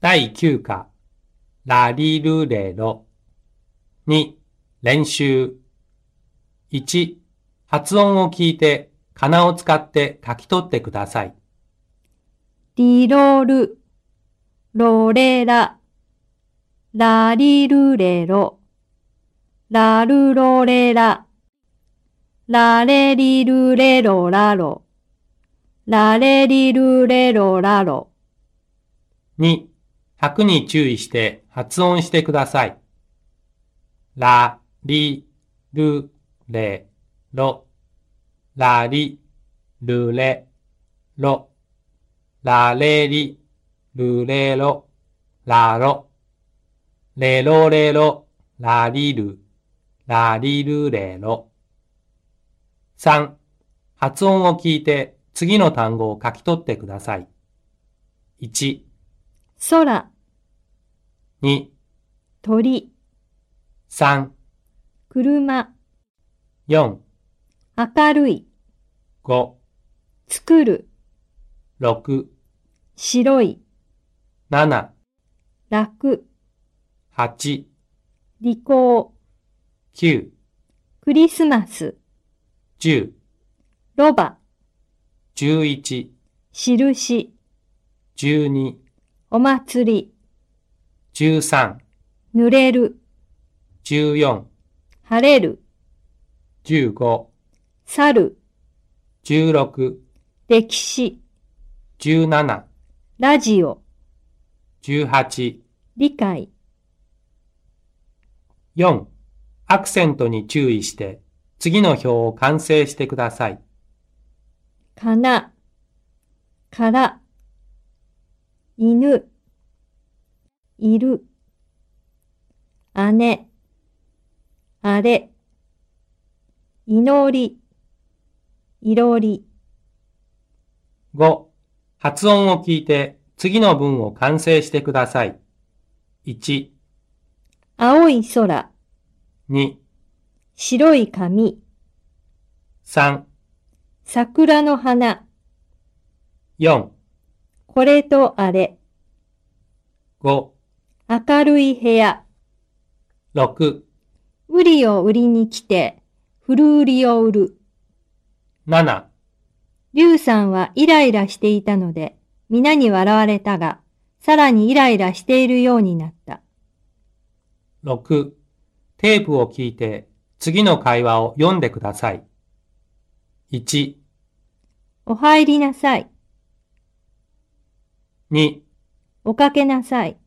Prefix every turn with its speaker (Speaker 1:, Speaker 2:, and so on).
Speaker 1: 第9課、ラリルレロ。2、練習。1、発音を聞いて、仮名を使って書き取ってください。
Speaker 2: リロル、ロレラ、ラリルレロ、ラルロレラ、ラレリルレロラロ、ラレリルレロラロ、
Speaker 1: 2、100に注意して発音してください。ラ、リ、ル、レ、ロ。ラリ、ルレ、ロ。ラレリ、ルレロ、ラロ。レロレロ、ラリル、ラリルレロ。3、発音を聞いて次の単語を書き取ってください。1、
Speaker 2: 空、
Speaker 1: 2、
Speaker 2: 鳥、
Speaker 1: 3、
Speaker 2: 車、
Speaker 1: 4、
Speaker 2: 明るい、
Speaker 1: 5、
Speaker 2: 作る、
Speaker 1: 6、
Speaker 2: 白い、
Speaker 1: 7、
Speaker 2: 楽、
Speaker 1: 8、
Speaker 2: 利口、
Speaker 1: 9、
Speaker 2: クリスマス、
Speaker 1: 10、
Speaker 2: ロバ、
Speaker 1: 11、
Speaker 2: 印、
Speaker 1: 12、
Speaker 2: お祭り、
Speaker 1: 13、
Speaker 2: 濡れる、
Speaker 1: 14、
Speaker 2: 晴れる、
Speaker 1: 15、
Speaker 2: 去る、
Speaker 1: 16、
Speaker 2: 歴史、
Speaker 1: 17、
Speaker 2: ラジオ、
Speaker 1: 18、
Speaker 2: 理解、
Speaker 1: 4アクセントに注意して次の表を完成してください。
Speaker 2: かな、から、犬、いる、姉、あれ、祈り、いろり、
Speaker 1: 5発音を聞いて次の文を完成してください。1、
Speaker 2: 青い空、
Speaker 1: 2、
Speaker 2: 白い髪、
Speaker 1: 3、
Speaker 2: 桜の花、
Speaker 1: 4、
Speaker 2: これとあれ、
Speaker 1: 5、
Speaker 2: 明るい部屋、
Speaker 1: 6、
Speaker 2: ウリを売りに来て、フルウリを売る。
Speaker 1: 7、
Speaker 2: リュウさんはイライラしていたので、皆に笑われたが、さらにイライラしているようになった。
Speaker 1: 6テープを聞いて次の会話を読んでください。1、
Speaker 2: お入りなさい。
Speaker 1: 2、
Speaker 2: おかけなさい。